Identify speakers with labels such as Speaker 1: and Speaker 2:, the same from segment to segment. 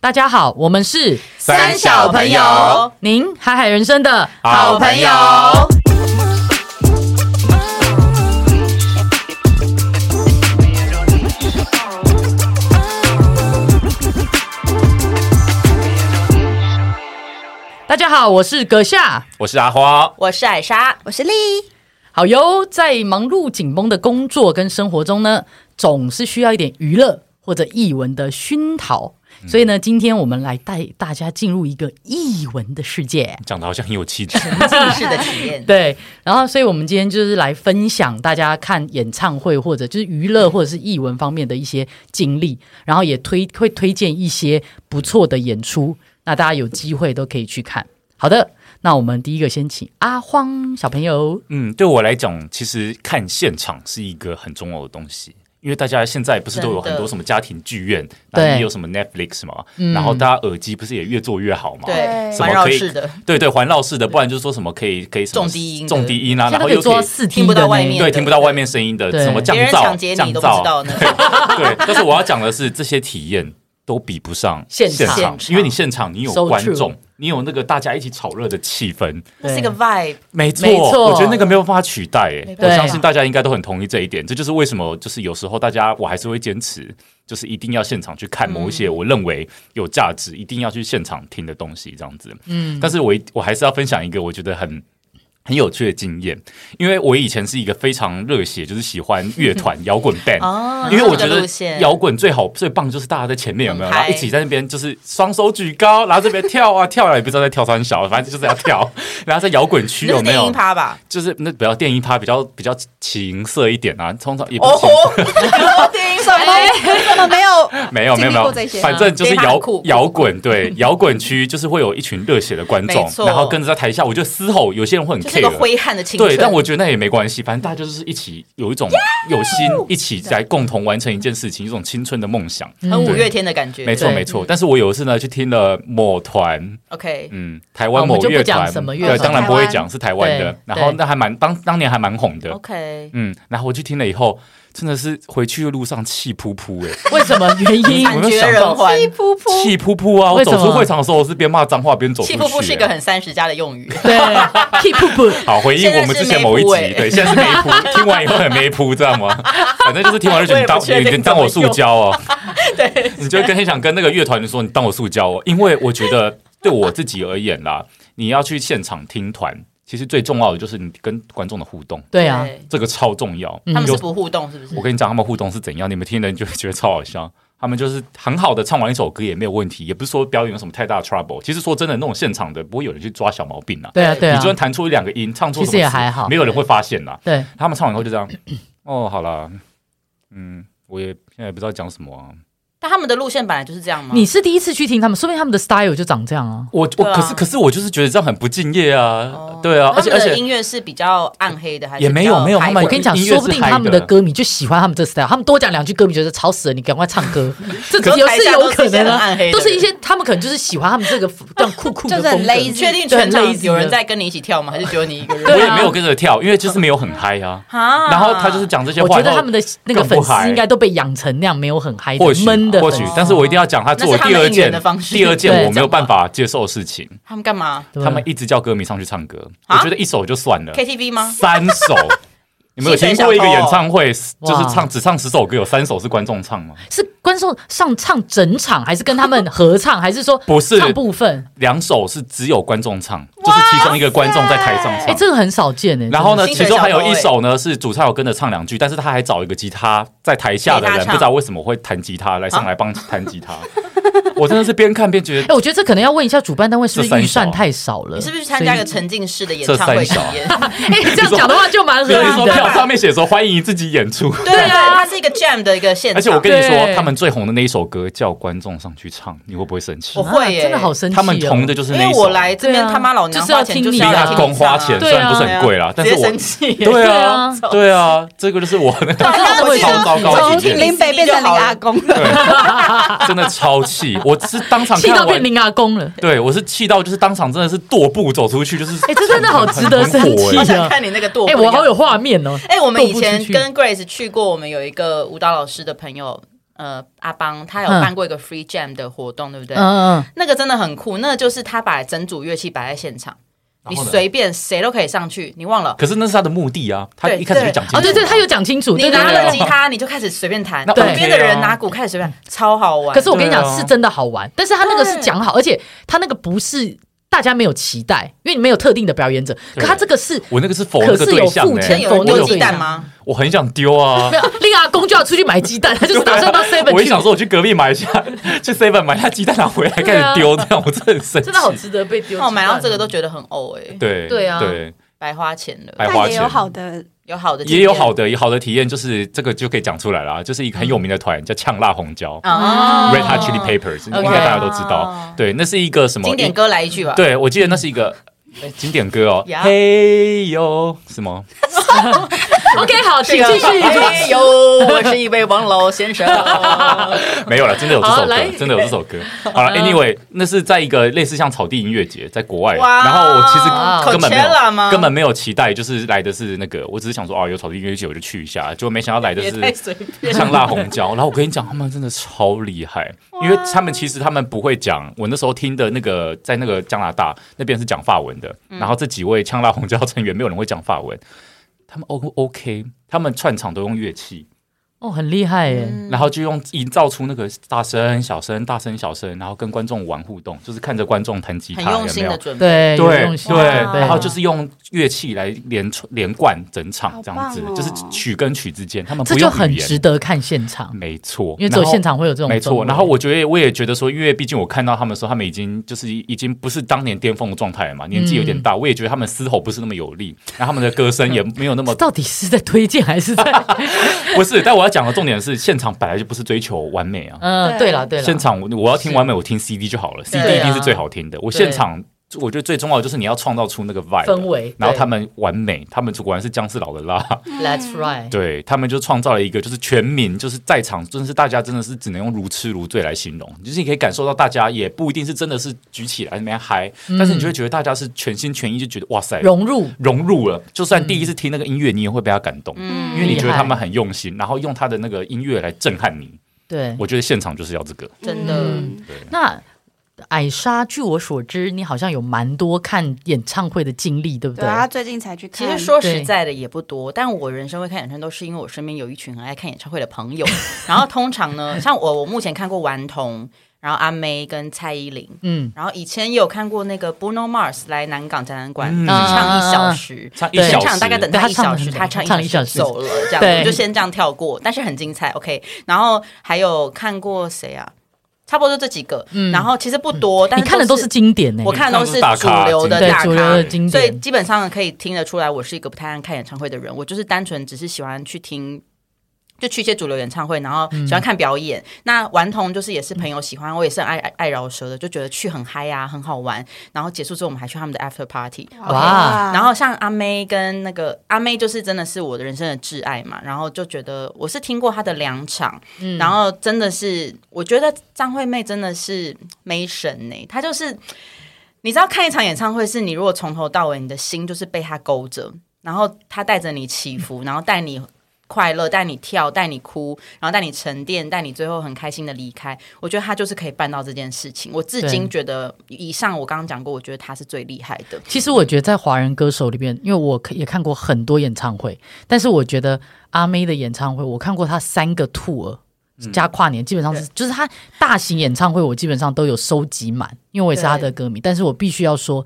Speaker 1: 大家好，我们是
Speaker 2: 三小朋友，
Speaker 1: 您海海人生的
Speaker 2: 好朋友。
Speaker 1: 大家好，我是阁下。
Speaker 2: 我是阿花，
Speaker 3: 我是艾莎，
Speaker 4: 我是丽，
Speaker 1: 好哟，在忙碌紧绷的工作跟生活中呢，总是需要一点娱乐或者译文的熏陶。所以呢，今天我们来带大家进入一个译文的世界。
Speaker 2: 长得好像很有 气质。
Speaker 3: 近视的体 验。
Speaker 1: 对，然后所以我们今天就是来分享大家看演唱会或者就是娱乐或者是艺文方面的一些经历，然后也推会推荐一些不错的演出，那大家有机会都可以去看。好的，那我们第一个先请阿荒小朋友，
Speaker 2: 嗯，对我来讲，其实看现场是一个很重要的东西，因为大家现在不是都有
Speaker 3: 真的
Speaker 2: 很多什么家庭剧院，
Speaker 1: 对
Speaker 2: 然后也有什么 Netflix 嘛，然后大家耳机不是也越做越好嘛？
Speaker 3: 嗯对，
Speaker 2: 什
Speaker 3: 环
Speaker 2: 么
Speaker 3: 绕
Speaker 2: 可以
Speaker 3: 式的，
Speaker 2: 对对，环绕式的，不然就是说什么可以可以什么
Speaker 3: 重低音的
Speaker 2: 重低音啊，
Speaker 1: 现在
Speaker 2: 然
Speaker 1: 都
Speaker 2: 后
Speaker 1: 可以
Speaker 2: 又
Speaker 1: 做
Speaker 2: 可
Speaker 1: 到
Speaker 2: 以
Speaker 1: 四 D
Speaker 3: 听不到
Speaker 1: 的呢
Speaker 3: 外面
Speaker 2: 对听不到外面声音的，
Speaker 1: 对
Speaker 2: 什么降
Speaker 3: 别人抢
Speaker 2: 噪
Speaker 3: 劫
Speaker 2: 降
Speaker 3: 你都不知道
Speaker 2: 噪，
Speaker 3: 呢。
Speaker 2: 对。但是我要讲的是，这些体验都比不上
Speaker 1: 现场
Speaker 2: 场，因为你现场你有
Speaker 1: So
Speaker 2: 观
Speaker 1: true
Speaker 2: 众，你有那个大家一起炒热的气氛，
Speaker 3: 这是一个 vibe，
Speaker 2: 没错，
Speaker 1: 没错啊
Speaker 2: 我觉得那个没有办法取代、
Speaker 3: 没
Speaker 2: 哎，
Speaker 3: 办
Speaker 2: 我
Speaker 1: 法
Speaker 2: 相信大家应该都很同意这一点。这就是为什么，就是有时候大家我还是会坚持，就是一定要现场去看某一些
Speaker 1: 嗯
Speaker 2: 我认为有价值，一定要去现场听的东西，这样子。嗯，但是我一我还是要分享一个我觉得很。很有趣的经验，因为我以前是一个非常热血，就是喜欢 乐团、摇滚 band，、
Speaker 3: 哦
Speaker 2: 嗯因为我觉
Speaker 3: 这个
Speaker 2: 得
Speaker 3: 路线嗯
Speaker 2: 摇滚最好、最棒就是大家在前面有没有，
Speaker 3: 很嗨
Speaker 2: 然后一起在那边就是双手举高，然后这边跳啊跳啊，也不知道在跳三小，反正就是要跳，然后在摇滚区
Speaker 3: 那
Speaker 2: 有
Speaker 3: 是
Speaker 2: 没
Speaker 3: 电
Speaker 2: 有
Speaker 3: 音？趴吧？
Speaker 2: 就是那比较电音趴比较比较情色一点啊，通常也不
Speaker 3: 哦
Speaker 2: 是情色、
Speaker 3: 吼，哦 电音
Speaker 4: 怎么怎么没有？
Speaker 2: 没有没有没
Speaker 4: 经历
Speaker 2: 有
Speaker 4: 过这些，
Speaker 2: 反正就是
Speaker 3: 电音趴
Speaker 2: 摇
Speaker 3: 很酷
Speaker 2: 摇滚对 摇滚区就是会有一群热血的观众
Speaker 3: 没，错
Speaker 2: 然后跟着在台下，我觉得嘶吼，有些人会很
Speaker 3: 就是一个
Speaker 2: care。
Speaker 3: 挥汗的青春。
Speaker 2: 对，但我觉得那也没关系，反正大家就是一起有一种有心，一起来共同完成一件事情，一种青春的梦想。
Speaker 3: 很五
Speaker 2: 对
Speaker 3: 月天的感觉。
Speaker 2: 没错
Speaker 1: 对
Speaker 2: 没错。但是我有一次呢，去听了某团，
Speaker 3: ，OK，
Speaker 2: 嗯，台
Speaker 1: 啊我
Speaker 2: 湾
Speaker 1: 们
Speaker 2: 某
Speaker 1: 就不
Speaker 2: 乐
Speaker 1: 讲
Speaker 2: 团，
Speaker 1: 什么乐
Speaker 2: 对，
Speaker 1: 团
Speaker 2: 当然不会
Speaker 4: 台湾
Speaker 2: 讲是台湾的
Speaker 1: 对。
Speaker 2: 然后
Speaker 1: 对
Speaker 2: 那还蛮当当年还蛮红的。
Speaker 3: OK，
Speaker 2: 嗯，然后我去听了以后，真的是回去的路上气扑扑 哎，
Speaker 1: 为什么原 因？
Speaker 2: 我
Speaker 3: 惨
Speaker 2: 没有
Speaker 3: 绝
Speaker 2: 想
Speaker 3: 人
Speaker 2: 到
Speaker 3: 寰。
Speaker 4: 噗噗，
Speaker 2: 气扑扑啊！我
Speaker 1: 为什
Speaker 2: 走
Speaker 1: 么
Speaker 2: 出会场的时候，我是边骂脏话边走出去。
Speaker 3: 气
Speaker 2: 欸
Speaker 3: 噗噗是一个很三十加的用语，
Speaker 1: 对，keep up，
Speaker 2: 好回应我们之前某一
Speaker 3: 现在是没扑哎
Speaker 2: 集，对，现在是没 扑，听完以后很没扑，知道吗？反正就是听完就觉得你当
Speaker 3: 我也不确
Speaker 2: 你
Speaker 3: 定
Speaker 2: 你当
Speaker 3: 怎么
Speaker 2: 我塑
Speaker 3: 用
Speaker 2: 胶哦，
Speaker 3: 对，
Speaker 2: 你就跟很想跟那个乐团说你当我塑胶哦，因为我觉得对我自己而言啦，你要去现场听团，其实最重要的就是你跟观众的互动，
Speaker 1: 对啊，
Speaker 2: 这个超重要。
Speaker 3: 嗯他们
Speaker 2: 有
Speaker 3: 是不互动，是不是
Speaker 2: 我？跟你讲，他们互动是怎样，你们听了你就会觉得超好笑。他们就是很好的唱完一首歌也没有问题，也不是说表演有什么太大的 trouble。其实说真的，那种现场的不会有人去抓小毛病啊。
Speaker 1: 对啊，对
Speaker 2: 你
Speaker 1: 啊
Speaker 2: 就，算弹出一两个音，唱错
Speaker 1: 其实
Speaker 2: 什么
Speaker 1: 也
Speaker 2: 词
Speaker 1: 还好
Speaker 2: 没有人会发现啦。
Speaker 1: 对，
Speaker 2: 他们唱完以后就这样， 哦，好啦，嗯，我也现在也不知道讲什么啊。
Speaker 3: 但他们的路线本来就是这样吗？
Speaker 1: 你是第一次去听他们，说明他们的 style 就长这样啊。
Speaker 2: 我我、
Speaker 3: 对啊
Speaker 2: 可是可是我就是觉得这样很不敬业啊，
Speaker 3: 哦
Speaker 2: 对啊，而
Speaker 3: 他
Speaker 2: 且
Speaker 3: 们
Speaker 2: 而
Speaker 3: 的
Speaker 2: 且
Speaker 3: 音乐是比较暗黑的，还是
Speaker 2: 也没有
Speaker 3: 比较
Speaker 2: 没有他们
Speaker 3: high
Speaker 1: 我跟你讲，
Speaker 2: 音乐是
Speaker 1: 说不定他们
Speaker 2: 嗨
Speaker 1: 的
Speaker 2: 的
Speaker 1: 歌迷就喜欢他们这 style，他们多讲两句歌迷觉得吵死了，你赶快唱 歌，这
Speaker 3: 可是
Speaker 1: 有
Speaker 3: 台
Speaker 1: 是
Speaker 3: 下
Speaker 1: 有
Speaker 3: 都
Speaker 1: 可
Speaker 3: 是一些
Speaker 1: 能
Speaker 3: 很暗
Speaker 1: 啊
Speaker 3: 黑，的
Speaker 1: 都是一
Speaker 3: 人
Speaker 1: 些他们可能就是喜欢他们这个这样酷 酷的
Speaker 4: 就是很
Speaker 1: 风格，
Speaker 3: 你
Speaker 4: lazy
Speaker 3: 确定
Speaker 1: 对很
Speaker 3: 全场
Speaker 1: lazy
Speaker 3: 有人
Speaker 1: 的
Speaker 3: 在跟你一起跳吗？还是只有你一个 人？
Speaker 1: 对啊
Speaker 2: 我也没有跟着跳，因为就是没有很嗨啊。
Speaker 3: 啊
Speaker 2: 然后他就是讲这些
Speaker 1: 我
Speaker 2: 话以后，
Speaker 1: 觉得他们的那个
Speaker 2: 更不
Speaker 1: 粉丝
Speaker 2: 嗨
Speaker 1: 应该都被养成那样，没有很嗨的
Speaker 2: 或许
Speaker 1: 闷的
Speaker 2: 或
Speaker 1: 粉
Speaker 2: 许
Speaker 1: 丝，，
Speaker 2: 但是我一定要讲他做
Speaker 3: 哦那是他
Speaker 2: 第
Speaker 3: 们
Speaker 2: 二
Speaker 3: 应援
Speaker 2: 件
Speaker 3: 的方式
Speaker 2: 第二件
Speaker 3: 对
Speaker 2: 我没有办法接受的事情，
Speaker 3: 他们干嘛
Speaker 1: 对
Speaker 2: 他们一直叫歌迷上去唱歌，我
Speaker 3: 啊
Speaker 2: 觉得一首就算了，
Speaker 3: ？KTV 吗？
Speaker 2: 三首。你们有听过一个演唱会，就是
Speaker 1: 哇
Speaker 2: 唱只唱十首歌，有三首是观众唱吗？
Speaker 1: 是观众上唱整场，还是跟他们合唱，还是说
Speaker 2: 不是
Speaker 1: 唱部分？
Speaker 2: 两首是只有观众唱，就是其中一个观众在台上
Speaker 1: 哎，
Speaker 2: 唱。
Speaker 1: 这个很少见哎。
Speaker 2: 然后呢，
Speaker 3: 薪
Speaker 2: 其
Speaker 3: 水
Speaker 2: 中还
Speaker 3: 小
Speaker 2: 有
Speaker 3: 偷
Speaker 2: 一
Speaker 3: 欸
Speaker 2: 首呢是主唱有跟着唱两句，但是他还找一个吉他在台下
Speaker 3: 陪
Speaker 2: 的
Speaker 3: 他
Speaker 2: 人，不
Speaker 3: 唱
Speaker 2: 知道为什么会弹吉他来上来帮弹吉他。我真的是边看边觉
Speaker 1: 真的？
Speaker 2: 得
Speaker 1: 哎，我觉得这可能要问一下主办单位是不
Speaker 2: 这
Speaker 1: 是
Speaker 2: 三
Speaker 1: 预算
Speaker 2: 小
Speaker 1: 太少了？
Speaker 3: 你是不是去参加一个
Speaker 1: 所以
Speaker 3: 沉浸式的演
Speaker 2: 这
Speaker 3: 唱会
Speaker 2: 三
Speaker 3: 体
Speaker 2: 小
Speaker 3: 验？
Speaker 1: 哎，这样讲的话就蛮合
Speaker 2: 有人
Speaker 1: 理
Speaker 2: 说
Speaker 1: 的
Speaker 2: 票。上面写说欢迎自己演出，
Speaker 3: 对对，它是一个 jam 的一个现场，
Speaker 2: 而且我跟你
Speaker 1: 对
Speaker 2: 说，他们最红的那一首歌叫观众上去唱，你会不会生气
Speaker 3: 我？会耶
Speaker 1: 啊真的好生气哦。
Speaker 2: 他们红的就是
Speaker 3: 因
Speaker 2: 那一
Speaker 3: 为
Speaker 2: 首，
Speaker 3: 我来这边
Speaker 1: 对啊
Speaker 3: 他妈老娘
Speaker 1: 就是要
Speaker 3: 花钱
Speaker 1: 听
Speaker 3: 就是
Speaker 1: 你
Speaker 3: 要
Speaker 1: 的
Speaker 3: 来
Speaker 2: 他
Speaker 1: 啊
Speaker 3: 听
Speaker 2: 光
Speaker 3: 你唱
Speaker 2: 花
Speaker 3: 啊
Speaker 2: 钱，
Speaker 1: 对
Speaker 2: 虽然不是
Speaker 1: 啊
Speaker 2: 很贵啦，但
Speaker 3: 直
Speaker 2: 是
Speaker 3: 接
Speaker 2: 我
Speaker 3: 生气耶。
Speaker 2: 对
Speaker 1: 啊
Speaker 2: 啊，对啊，这个就是 我那个
Speaker 1: 真 的会
Speaker 2: 超
Speaker 1: 生
Speaker 2: 糟
Speaker 3: 气
Speaker 2: 糕的经
Speaker 3: 听
Speaker 2: 验，
Speaker 4: 林北变成林阿公了，
Speaker 2: 真的超气，我是当场
Speaker 1: 气
Speaker 2: 看
Speaker 1: 到变
Speaker 2: 完。
Speaker 1: 林阿公了。
Speaker 2: 对，我是气到就是当场真的是跺步走出去，就是
Speaker 1: 哎这真的好值得生
Speaker 2: 很火
Speaker 1: 气
Speaker 2: 哎
Speaker 3: 我想看你那个剁。
Speaker 1: 哎、我好有。画面哦！
Speaker 3: 哎，我们以前
Speaker 1: 斗不出去
Speaker 3: 跟 Grace 去过，我们有一个舞蹈老师的朋友，呃阿邦，他有
Speaker 1: 嗯
Speaker 3: 办过一个 free jam 的活动，对不对？
Speaker 1: 嗯嗯
Speaker 3: 那个真的很酷，那个就是他把整组乐器摆在现场，你
Speaker 2: 哎然后呢
Speaker 3: 随便谁都可以上去，你忘了？
Speaker 2: 可是那是他的目的啊，他
Speaker 3: 对
Speaker 2: 一开始就
Speaker 3: 对
Speaker 2: 讲
Speaker 1: 嗯，哦
Speaker 2: 清楚
Speaker 1: 对
Speaker 2: 了。
Speaker 1: 对，他有讲清楚，
Speaker 3: 你
Speaker 1: 对对
Speaker 3: 拿了
Speaker 1: 对
Speaker 3: 吉。他，你就开始随便弹，
Speaker 2: 那
Speaker 3: 旁
Speaker 1: OK
Speaker 3: 边的人
Speaker 2: 啊
Speaker 3: 拿鼓开始随便弹，超好玩。
Speaker 1: 可是我跟你
Speaker 2: 对
Speaker 1: 讲，
Speaker 2: 啊
Speaker 1: 是真的好玩，但是他那个是
Speaker 3: 对
Speaker 1: 讲好，而且他那个不是大家没有期待，因为你没有特定的表演者，可
Speaker 2: 对
Speaker 1: 他这个是
Speaker 2: 我那个是否那个对象
Speaker 1: 可是有付
Speaker 2: 哎、
Speaker 1: 钱
Speaker 3: 有人
Speaker 1: 那
Speaker 3: 丢
Speaker 1: 种
Speaker 3: 鸡蛋吗？
Speaker 2: 我很想丢啊
Speaker 1: 没。有，那个阿公就要出去买鸡 蛋，他就是打算 到
Speaker 2: 我
Speaker 1: seven
Speaker 2: 也
Speaker 1: 去
Speaker 2: 想，说，我去隔壁买一下，去 seven 买一下鸡蛋拿回来开
Speaker 1: 对啊
Speaker 2: 始丢，这样我真的很生气。
Speaker 1: 真的好值得被丢。
Speaker 3: 哦那我买到这个都觉得很呕哎，
Speaker 2: 对
Speaker 1: 对啊
Speaker 2: 对，
Speaker 3: 白花钱了。
Speaker 2: 白花
Speaker 4: 但也
Speaker 2: 钱
Speaker 4: 有好的，
Speaker 3: 有好的，
Speaker 2: 也有好的有好的体验，就是这个就可以讲出来啦，就是一个很有名的团叫呛辣红椒
Speaker 3: 啊
Speaker 2: （Red Hot Chili Peppers），应该大家都知道
Speaker 3: 哇。
Speaker 2: 对，那是一个什么
Speaker 3: 哦经典？歌来一句吧。
Speaker 2: 对，我记得那是一个哎经典歌哦。
Speaker 3: 呀
Speaker 2: 嘿呦，什 么？
Speaker 1: OK，好，请
Speaker 3: 这个，
Speaker 1: 继续。
Speaker 3: 哎呦，我是一位王老 先生。
Speaker 2: 没有了，真的有这
Speaker 1: 好
Speaker 2: 首
Speaker 1: 来
Speaker 2: 歌，真的有这首 歌。好
Speaker 3: 嗯
Speaker 2: 了，Anyway，那是在一个类似像草地音乐节，在国外。
Speaker 3: 哇
Speaker 2: 然后我其
Speaker 1: 哇
Speaker 2: 实根本没
Speaker 3: Coachella 吗
Speaker 2: 有根本没有期待，就是来的是那个，我只是想说哦，有草地音乐节我就去一下，结果没想到来的
Speaker 3: 也
Speaker 2: 是
Speaker 3: 太随便了，
Speaker 2: 像辣红椒。然后我跟你讲，他们真的超厉害，因为他们其实他们不会讲。我那时候听的那个，在那个加拿大那边是讲法文的，
Speaker 1: 嗯
Speaker 2: 然后这几位呛辣红椒成员没有人会讲法文，他们 O OK，他们串场都用乐器，
Speaker 1: 哦，很厉害耶！
Speaker 2: 然后就用营造出那个大声、小声、大声、小声，然后跟观众玩互动，就是看着观众弹吉他，
Speaker 3: 很用
Speaker 2: 有
Speaker 3: 心
Speaker 2: 没有
Speaker 3: 的？准备。
Speaker 1: 对有
Speaker 2: 对
Speaker 1: 用心
Speaker 2: 对，
Speaker 4: 对
Speaker 2: 然后就是用乐器来连串连贯整场
Speaker 4: 好
Speaker 2: 这样子，
Speaker 4: 棒哦
Speaker 2: 就是曲跟曲之间，他们
Speaker 1: 这
Speaker 2: 不
Speaker 1: 就
Speaker 2: 用语
Speaker 1: 很
Speaker 2: 言
Speaker 1: 值得看现场，
Speaker 2: 没错，
Speaker 1: 因为只有
Speaker 2: 然后
Speaker 1: 现场会有这种
Speaker 2: 没
Speaker 1: 氛
Speaker 2: 错，
Speaker 1: 围
Speaker 2: 然后我觉得我也觉得说，因为毕竟我看到他们的时候，他们已经就是已经不是当年巅峰的状态
Speaker 1: 嗯
Speaker 2: 了嘛，年纪有点大，我也觉得他们嘶吼不是那么有力， 然后他们的歌声也没有那么
Speaker 1: 到底是在推荐还是在？
Speaker 2: 不是。但我要讲的重点是，现场本来就不是追求完美啊，
Speaker 1: 嗯，对
Speaker 4: 对
Speaker 1: 了对了，
Speaker 2: 现场我我要听完美，我听 CD 就好了
Speaker 3: 对啊
Speaker 2: ，CD 一定是最好听的。我
Speaker 1: 对
Speaker 2: 现场我觉得最重要的就是你要创造出那个 vibe
Speaker 1: 氛围
Speaker 2: 然后
Speaker 1: 对
Speaker 2: 他们完美，他们果然是姜是老的辣，
Speaker 1: That's right。
Speaker 2: 对他们就创造了一个就是全民就是在场，真的是大家真的是只能用如痴如醉来形容，就是你可以感受到大家也不一定是真的是举起来那边嗨，但是你就会觉得大家是全心全意就觉得哇塞。
Speaker 1: 嗯融入，
Speaker 2: 融入了，就算第一次听那个音乐，你也会被他感动，
Speaker 3: 嗯
Speaker 2: 因为你觉
Speaker 1: 嗯厉
Speaker 2: 得
Speaker 1: 害
Speaker 2: 他们很用心，然后用他的那个音乐来震撼你。
Speaker 1: 对。
Speaker 2: 我觉得现场就是要这个，
Speaker 3: 真的
Speaker 4: 嗯
Speaker 1: 那艾莎，据我所知，你好像有蛮多看演唱会的经历，对不
Speaker 4: 对啊，他最近才去
Speaker 3: 其
Speaker 4: 看。
Speaker 3: 实说
Speaker 1: 对
Speaker 3: 实在的也不多，但我人生会看演唱会，都是因为我身边有一群很爱看演唱会的朋友。然后通常呢，像我，我目前看过顽童，然后阿妹跟蔡依林，
Speaker 1: 嗯，
Speaker 3: 然后以前也有看过那个 Bruno Mars 来南港展览馆、
Speaker 2: 嗯
Speaker 3: 只唱一小时，
Speaker 2: 唱一
Speaker 1: 对
Speaker 2: 小
Speaker 3: 全
Speaker 2: 时，
Speaker 3: 场大概等
Speaker 1: 对
Speaker 3: 他
Speaker 1: 他
Speaker 3: 一
Speaker 1: 唱
Speaker 3: 小
Speaker 1: 得
Speaker 3: 时，
Speaker 1: 很
Speaker 3: 他
Speaker 1: 久
Speaker 3: 唱
Speaker 1: 唱一小时
Speaker 3: 走了，这样
Speaker 1: 对
Speaker 3: 我就先这样跳过，但是很精彩。OK，然后还有看过谁啊？差不多就这几个，然后其实不多，
Speaker 1: 嗯
Speaker 3: 但
Speaker 1: 你
Speaker 3: 是
Speaker 1: 看的都是经典呢、欸
Speaker 3: 我看的都是主流的
Speaker 1: 对
Speaker 3: 大
Speaker 1: 主流
Speaker 3: 咖
Speaker 1: 的。经
Speaker 3: 所以
Speaker 1: 典，
Speaker 3: 基本上可以听得出来，我是一个不太爱看演唱会的人。我就是单纯只是喜欢去听，就去一些主流演唱会，然后
Speaker 1: 嗯
Speaker 3: 喜欢看表演。那顽童就是也是朋友喜欢，我也是很爱爱爱饶舌的，就觉得去很嗨呀、啊，很好玩。然后结束之后，我们还去他们的 after party。
Speaker 4: 啊
Speaker 1: 哇
Speaker 3: 然后像阿妹跟那个阿妹，就是真的是我的人生的挚爱嘛。然后就觉得我是听过她的两场，然后真的是我觉得张惠妹真的是没神呢、她就是你知道看一场演唱会，是你如果从头到尾你的心就是被她勾着，然后她带着你起伏，然后带你。快乐带你跳，带你哭，然后带你沉淀，带你最后很开心的离开。我觉得她就是可以办到这件事情。我至今
Speaker 1: 对
Speaker 3: 觉得，以上我刚刚讲过，我觉得她是最厉害的。
Speaker 1: 其实我觉得在华人歌手里面，因为我也看过很多演唱会，但是我觉得阿妹的演唱会，我看过她三个 tour。加
Speaker 3: 嗯
Speaker 1: 跨年基本上是，就是她大型演唱会，我基本上都有收集满，因为我也是她的歌迷。但是我必须要说，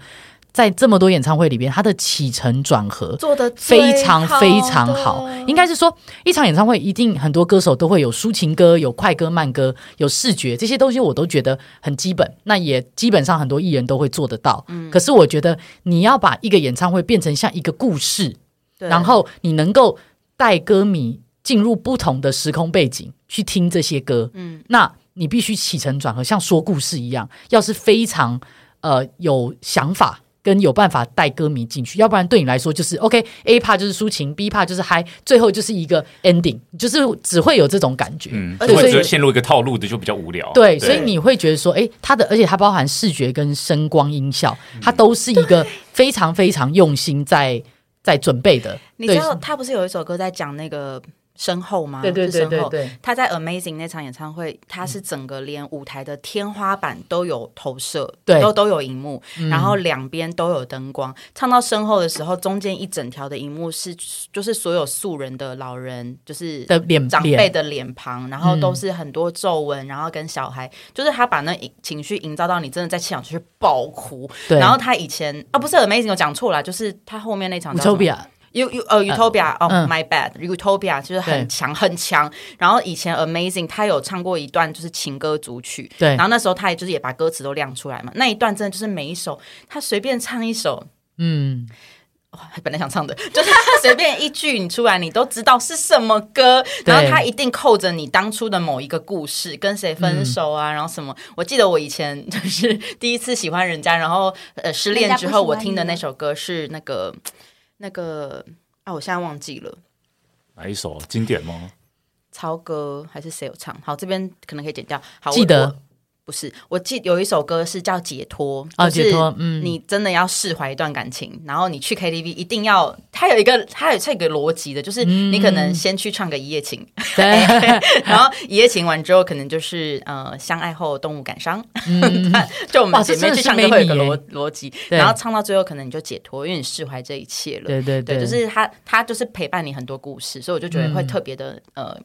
Speaker 1: 在这么多演唱会里边，她的起承转合
Speaker 3: 做的
Speaker 1: 非常非常好，应该是说一场演唱会一定很多歌手都会有抒情歌、有快歌、慢歌、有视觉这些东西，我都觉得很基本。那也基本上很多艺人都会做得到。
Speaker 3: 嗯
Speaker 1: 可是我觉得你要把一个演唱会变成像一个故事，
Speaker 3: 对
Speaker 1: 然后你能够带歌迷进入不同的时空背景去听这些歌，嗯，那你必须起承转合，像说故事一样，要是非常呃有想法。跟有办法带歌迷进去，要不然对你来说就是 OK，A part 就是抒情，B part 就是嗨，最后就是一个 ending，就是只会有这种感觉。
Speaker 2: 嗯，
Speaker 3: 而
Speaker 2: 就
Speaker 3: 且
Speaker 2: 会
Speaker 1: 所以
Speaker 2: 只会陷入一个套路的，就比较无聊。
Speaker 1: 对，所以你会觉得说，诶，它的而且它包含视觉跟声光音效，它都是一个非常非常用心在在准备的。
Speaker 3: 你
Speaker 1: 对
Speaker 3: 知道他不是有一首歌在讲那个身后吗？
Speaker 1: 对对
Speaker 3: 是
Speaker 1: 对
Speaker 3: 身
Speaker 1: 对
Speaker 3: 后
Speaker 1: 对，
Speaker 3: 他在 Amazing 那场演唱会，他是整个连舞台的天花板都有投射，
Speaker 1: 对嗯
Speaker 3: 都都有荧幕，然后两边都有灯光。唱到身后的时候，中间一整条的荧幕是就是所有素人的老人，就是
Speaker 1: 的脸
Speaker 3: 长辈
Speaker 1: 脸
Speaker 3: 的脸庞，然后都是很多皱纹，然后跟小孩，就是他把那情绪营造到你真的在现场去爆哭。
Speaker 1: 对，
Speaker 3: 然后他以前啊，不是 Amazing 有讲错啦，就是他后面那场叫什么
Speaker 1: Utopia
Speaker 3: U U 呃 Utopia 哦、
Speaker 1: 嗯
Speaker 3: My Bad Utopia 就是
Speaker 1: 对
Speaker 3: 很强很强。然后以前 Amazing 他有唱过一段就是情歌组曲，
Speaker 1: 对
Speaker 3: 然后那时候他也就是也把歌词都亮出来嘛。那一段真的就是每一首他随便唱一首，
Speaker 1: 嗯，
Speaker 3: 本来想唱的， 就是他随便一句你出来，你都知道是什么歌，
Speaker 1: 对
Speaker 3: 然后他一定扣着你当初的某一个故事，跟谁
Speaker 1: 嗯
Speaker 3: 分手啊，然后什么。我记得我以前就是 第一次喜欢人家，然后呃失恋之后，
Speaker 4: 人家不喜欢你
Speaker 3: 我听的那首歌是那个那个啊，我现在忘记了。
Speaker 2: 哪一首经典吗？
Speaker 3: 超哥还是谁有唱？好，这边可能可以剪掉。好，我
Speaker 1: 记得
Speaker 3: 我不是，我记有一首歌是叫《解脱》
Speaker 1: 哦
Speaker 3: 就是
Speaker 1: 解脱嗯
Speaker 3: 你真的要释怀一段感情，然后你去 KTV 一定要，它有一个它有这个逻辑的，就是
Speaker 1: 嗯
Speaker 3: 你可能先去唱个一夜情，
Speaker 1: 对，
Speaker 3: 然后一夜情完之后，可能就是呃相爱后动物感伤， 就我们
Speaker 1: 嗯哇
Speaker 3: 姐
Speaker 1: 这
Speaker 3: 妹
Speaker 1: 真的是
Speaker 3: 去唱歌会有个
Speaker 1: many 耶
Speaker 3: 逻逻辑，
Speaker 1: 对
Speaker 3: 然后唱到最后可能你就解脱，因为你释怀这一切了。
Speaker 1: 对对
Speaker 3: 对，就是他，他就是陪伴你很多故事，所以我就觉得会特别的、呃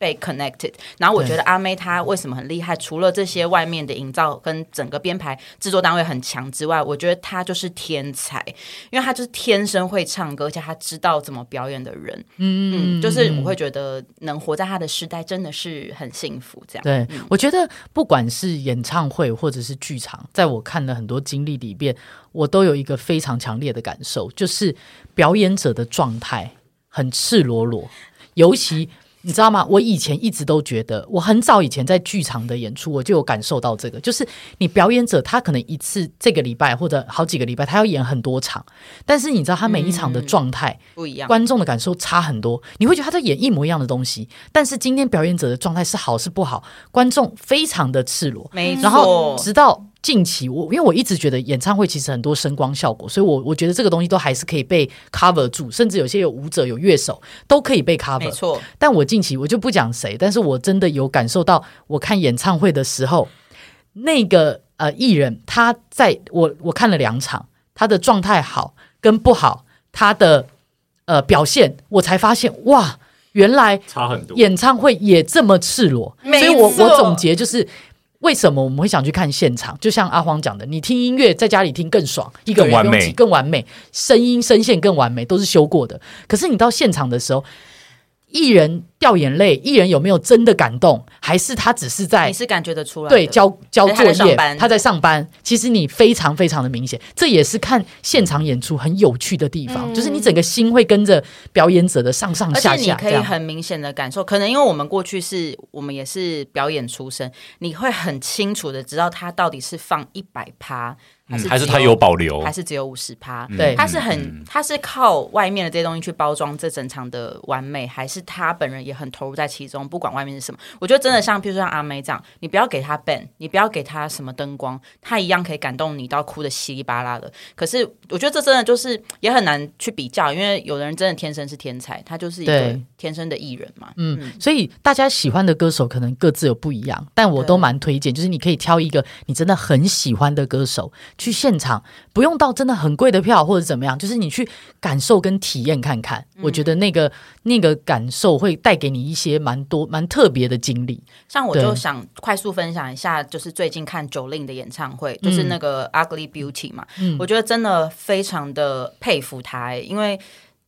Speaker 3: 被 connected。然后我觉得阿妹她为什么很厉害，除了这些外面的营造跟整个编排制作单位很强之外，我觉得她就是天才，因为她就是天生会唱歌，而且她知道怎么表演的人。嗯，就是我会觉得能活在她的时代真的是很幸福，这样。嗯
Speaker 1: 对，我觉得不管是演唱会或者是剧场，在我看了很多经历里边，我都有一个非常强烈的感受，就是表演者的状态很赤裸裸，尤其。你知道吗？我以前一直都觉得，我很早以前在剧场的演出，我就有感受到这个，就是你表演者他可能一次这个礼拜或者好几个礼拜，他要演很多场，但是你知道他每一
Speaker 3: 嗯
Speaker 1: 场的状态，
Speaker 3: 不一样。
Speaker 1: 观众的感受差很多。你会觉得他在演一模一样的东西，但是今天表演者的状态是好是不好，观众非常的赤裸。
Speaker 3: 没错，
Speaker 1: 然后直到近期，我因为我一直觉得演唱会其实很多声光效果，所以我我觉得这个东西都还是可以被 cover 住，甚至有些有舞者、有乐手都可以被
Speaker 3: 没
Speaker 1: cover。
Speaker 3: 错，
Speaker 1: 但我近期我就不讲谁，但是我真的有感受到，我看演唱会的时候，那个呃艺人他在我我看了两场，他的状态好跟不好，他的呃表现，我才发现哇，原来
Speaker 2: 差很多
Speaker 1: 演唱会也这么赤裸。所
Speaker 3: 没
Speaker 1: 以我
Speaker 3: 错
Speaker 1: 我总结就是。为什么我们会想去看现场？就像阿黄讲的，你听音乐在家里听更爽，一个人
Speaker 2: 更完美
Speaker 1: 不用挤更完美，声音声线更完美，都是修过的。可是你到现场的时候，艺人掉眼泪，艺人有没有真的感动，还是他只是在
Speaker 3: 你是感觉得出来的。
Speaker 1: 对交交
Speaker 3: 哎
Speaker 1: 作
Speaker 3: 他在
Speaker 1: 业
Speaker 3: 上班，
Speaker 1: 他在上班。其实你非常非常的明显，这也是看现场演出很有趣的地方，就是你整个心会跟着表演者的上上
Speaker 3: 嗯而且
Speaker 1: 下
Speaker 3: 你
Speaker 1: 下
Speaker 3: 可
Speaker 1: 这
Speaker 3: 以
Speaker 1: 样。
Speaker 3: 很明显的感受，可能因为我们过去是我们也是表演出身，你会很清楚的知道他到底是放一百趴，
Speaker 2: 嗯
Speaker 3: 是
Speaker 2: 还是
Speaker 3: 只
Speaker 2: 他有保留
Speaker 3: 还？是只有五十趴？
Speaker 1: 对
Speaker 3: 他是很
Speaker 2: 嗯，
Speaker 3: 他是靠外面的这些东西去包装这整场的完美，还是他本人也很投入在其中？不管外面是什么，我觉得真的像，譬如说像阿妹这样，你不要给他 ban，你不要给他什么灯光，他一样可以感动你到哭的稀里巴拉的。可是我觉得这真的就是也很难去比较，因为有的人真的天生是天才，他就是一个
Speaker 1: 对
Speaker 3: 天生的艺人嘛。
Speaker 1: 嗯，所以大家喜欢的歌手可能各自有不一样，但我都
Speaker 3: 对
Speaker 1: 蛮推荐，就是你可以挑一个你真的很喜欢的歌手去现场，不用到真的很贵的票或者怎么样，就是你去感受跟体验看看，我觉得那个那个感受会带给你一些蛮多蛮特别的经历。
Speaker 3: 像我就
Speaker 1: 对
Speaker 3: 想快速分享一下，就是最近看九令的演唱会，
Speaker 1: 嗯
Speaker 3: 就是那个《Ugly Beauty》嘛，我觉得真的非常的佩服他、欸，因为。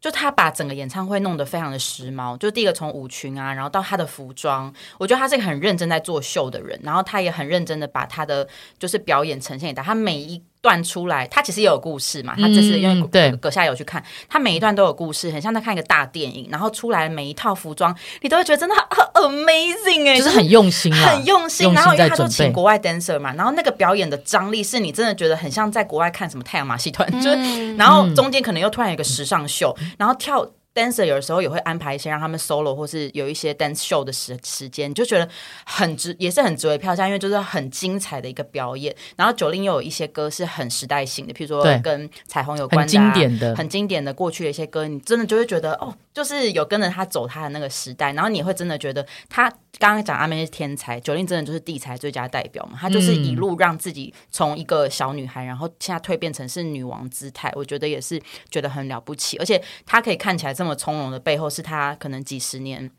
Speaker 3: 就他把整个演唱会弄得非常的时髦，就第一个从舞裙啊，然后到他的服装，我觉得他是一个很认真在做秀的人，然后他也很认真的把他的就是表演呈现给大家，他每一段出来，他其实也有故事嘛，他这次因为
Speaker 1: 嗯对
Speaker 3: 阁下有去看，他每一段都有故事，很像在看一个大电影，然后出来每一套服装，你都会觉得真的很 amazing 哎、
Speaker 1: 就是很用心啊啦，
Speaker 3: 很用心，
Speaker 1: 用
Speaker 3: 然后因为
Speaker 1: 在
Speaker 3: 他都
Speaker 1: 准
Speaker 3: 请
Speaker 1: 备。
Speaker 3: 国外 dancer 嘛，然后那个表演的张力是你真的觉得很
Speaker 1: 嗯
Speaker 3: 像在国外看什么太阳马戏团，就是然后中间可能又突然有一个时尚秀，然后跳。 dancer 有时候也会安排一些让他们 solo 或是有一些 dance show 的时时间，你就觉得很值，也是很值回票价，因为就是很精彩的一个表演。然后九令又有一些歌是很时代性的，譬如说
Speaker 1: 对
Speaker 3: 跟彩虹有关的、
Speaker 1: 很
Speaker 3: 啊、
Speaker 1: 经典的，
Speaker 3: 很经典的过去的一些歌，你真的就会觉得哦，就是有跟着他走他的那个时代，然后你会真的觉得他刚刚讲阿妹是天才，九令真的就是地才最佳代
Speaker 1: 嗯
Speaker 3: 表嘛，她就是一路让自己从一个小女孩，然后现在蜕变成是女王姿态，我觉得也是觉得很了不起，而且她可以看起来这么从容的背后，是她可能几十年。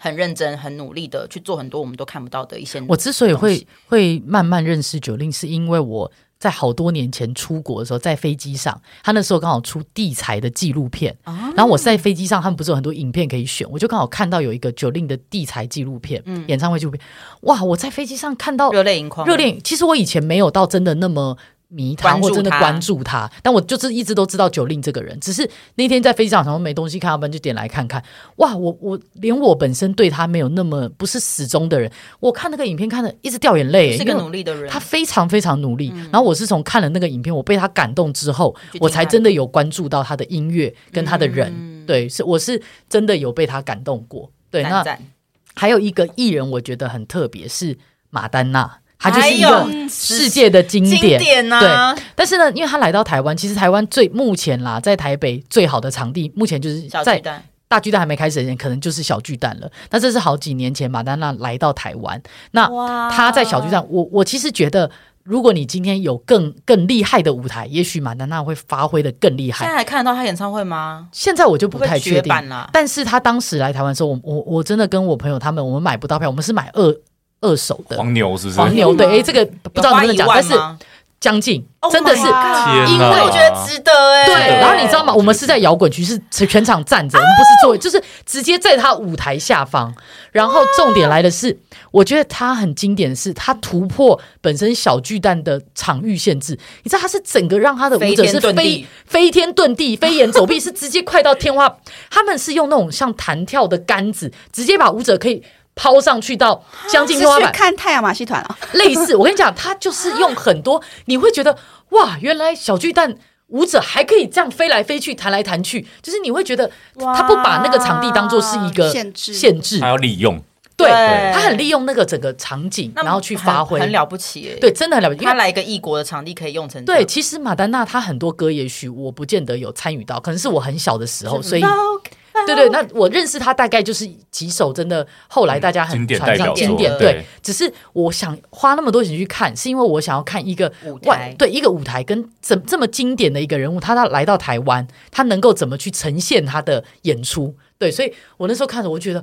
Speaker 3: 很认真、很努力的去做很多我们都看不到的一些。
Speaker 1: 我之所以
Speaker 3: 东
Speaker 1: 会
Speaker 3: 西
Speaker 1: 会慢慢认识九令，是因为我在好多年前出国的时候，在飞机上，他那时候刚好出地才的纪录片，
Speaker 3: 哦
Speaker 1: 然后我是在飞机上，他们不是有很多影片可以选，我就刚好看到有一个九令的地才纪录片，
Speaker 3: 嗯
Speaker 1: 演唱会纪录片，哇！我在飞机上看到
Speaker 3: 热泪盈眶，
Speaker 1: 热恋，其实我以前没有到真的那么迷他，
Speaker 3: 关注
Speaker 1: 或真的
Speaker 3: 他
Speaker 1: 关注他，但我就是一直都知道九令这个人。只是那天在飞机上，想说没东西看，要不然就点来看看。哇，我我连我本身对他没有那么不是始终的人，我看那个影片看的一直掉眼泪、
Speaker 3: 是
Speaker 1: 因
Speaker 3: 个
Speaker 1: 为
Speaker 3: 努力的人。
Speaker 1: 他非常非常努力。然后我是从看了那个影片，我被他感动之后
Speaker 3: 去，听
Speaker 1: 我才
Speaker 3: 他
Speaker 1: 真的有关注到他的音乐跟他的人。对，是我是真的有被他感动过。对，那
Speaker 3: 赞赞
Speaker 1: 还有一个艺人，我觉得很特别，是马丹娜，她就是一
Speaker 3: 哎
Speaker 1: 个世界的经
Speaker 3: 经
Speaker 1: 典。
Speaker 3: 典呐、啊，
Speaker 1: 但是呢，因为她来到台湾，其实台湾最目前啦，在台北最好的场地，目前就是
Speaker 3: 小
Speaker 1: 在
Speaker 3: 巨蛋。
Speaker 1: 大巨蛋还没开始之前，可能就是小巨蛋了。那这是好几年前马丹娜来到台湾，那
Speaker 3: 哇
Speaker 1: 她在小巨蛋，我我其实觉得。如果你今天有更更厉害的舞台，也许马丹娜会发挥的更厉害
Speaker 3: 现。在还看得到他演唱会吗？
Speaker 1: 现在我就不
Speaker 3: 会不
Speaker 1: 太
Speaker 3: 会
Speaker 1: 确
Speaker 3: 绝
Speaker 1: 定
Speaker 3: 版啊啦？
Speaker 1: 但是他当时来台湾的时候，我我我真的跟我朋友他们，我们买不到票，我们是买二二手的
Speaker 2: 黄牛是不是？
Speaker 1: 黄牛。对，
Speaker 3: 吗
Speaker 1: 哎，这个不知道能不能讲，但是将近，
Speaker 2: Oh
Speaker 1: 真的是。
Speaker 3: ？Oh
Speaker 2: 天
Speaker 1: 因
Speaker 2: 哪
Speaker 1: 为
Speaker 3: 我觉得值得哎、
Speaker 1: 对，
Speaker 2: 对
Speaker 1: 然后你知道吗？我们是在摇滚区，是全场站
Speaker 3: 啊
Speaker 1: 着，我们不是坐，就是直接在他舞台下方。然后重点来的是，我觉得他很经典的是，他突破本身小巨蛋的场域限制。你知道，他是整个让他的舞者是
Speaker 3: 飞天遁
Speaker 1: 飞
Speaker 3: 地
Speaker 1: 飞天遁地、飞檐走壁，是直接快到天花。他们是用那种像弹跳的杆子，直接把舞者可以抛上去到将近
Speaker 4: 是
Speaker 1: 天花
Speaker 4: 去
Speaker 1: 板。
Speaker 4: 看太阳马戏团啊？
Speaker 1: 类似，我跟你讲，他就是用很多，你会觉得哇，原来小巨蛋舞者还可以这样飞来飞去、弹来弹去，就是你会觉得
Speaker 3: 哇
Speaker 1: 他不把那个场地当做是一个
Speaker 4: 限制
Speaker 1: 限制
Speaker 2: 他，要利用，
Speaker 1: 对
Speaker 3: 对
Speaker 1: 他很利用那个整个场景，
Speaker 3: 那
Speaker 1: 然后去发挥
Speaker 3: 很，很了不起哎、
Speaker 1: 对，真的很了不起，因
Speaker 3: 他
Speaker 1: 为
Speaker 3: 来一个异国的场地可以用成这样
Speaker 1: 对，其实马丹娜她很多歌，也许我不见得有参与到，可能是我很小的时候，所以
Speaker 4: 哦
Speaker 1: 对对，那我认识她大概就是几首真的，后来大家很
Speaker 2: 经典
Speaker 1: 传
Speaker 2: 代
Speaker 1: 唱
Speaker 2: 表
Speaker 1: 经
Speaker 3: 作
Speaker 1: 典。
Speaker 2: 对
Speaker 1: 对，只是我想花那么多钱去看，是因为我想要看一个
Speaker 3: 舞台
Speaker 1: 外对一个舞台跟怎这么经典的一个人物，他他来到台湾，他能够怎么去呈现他的演出？对，所以我那时候看着，我就觉得。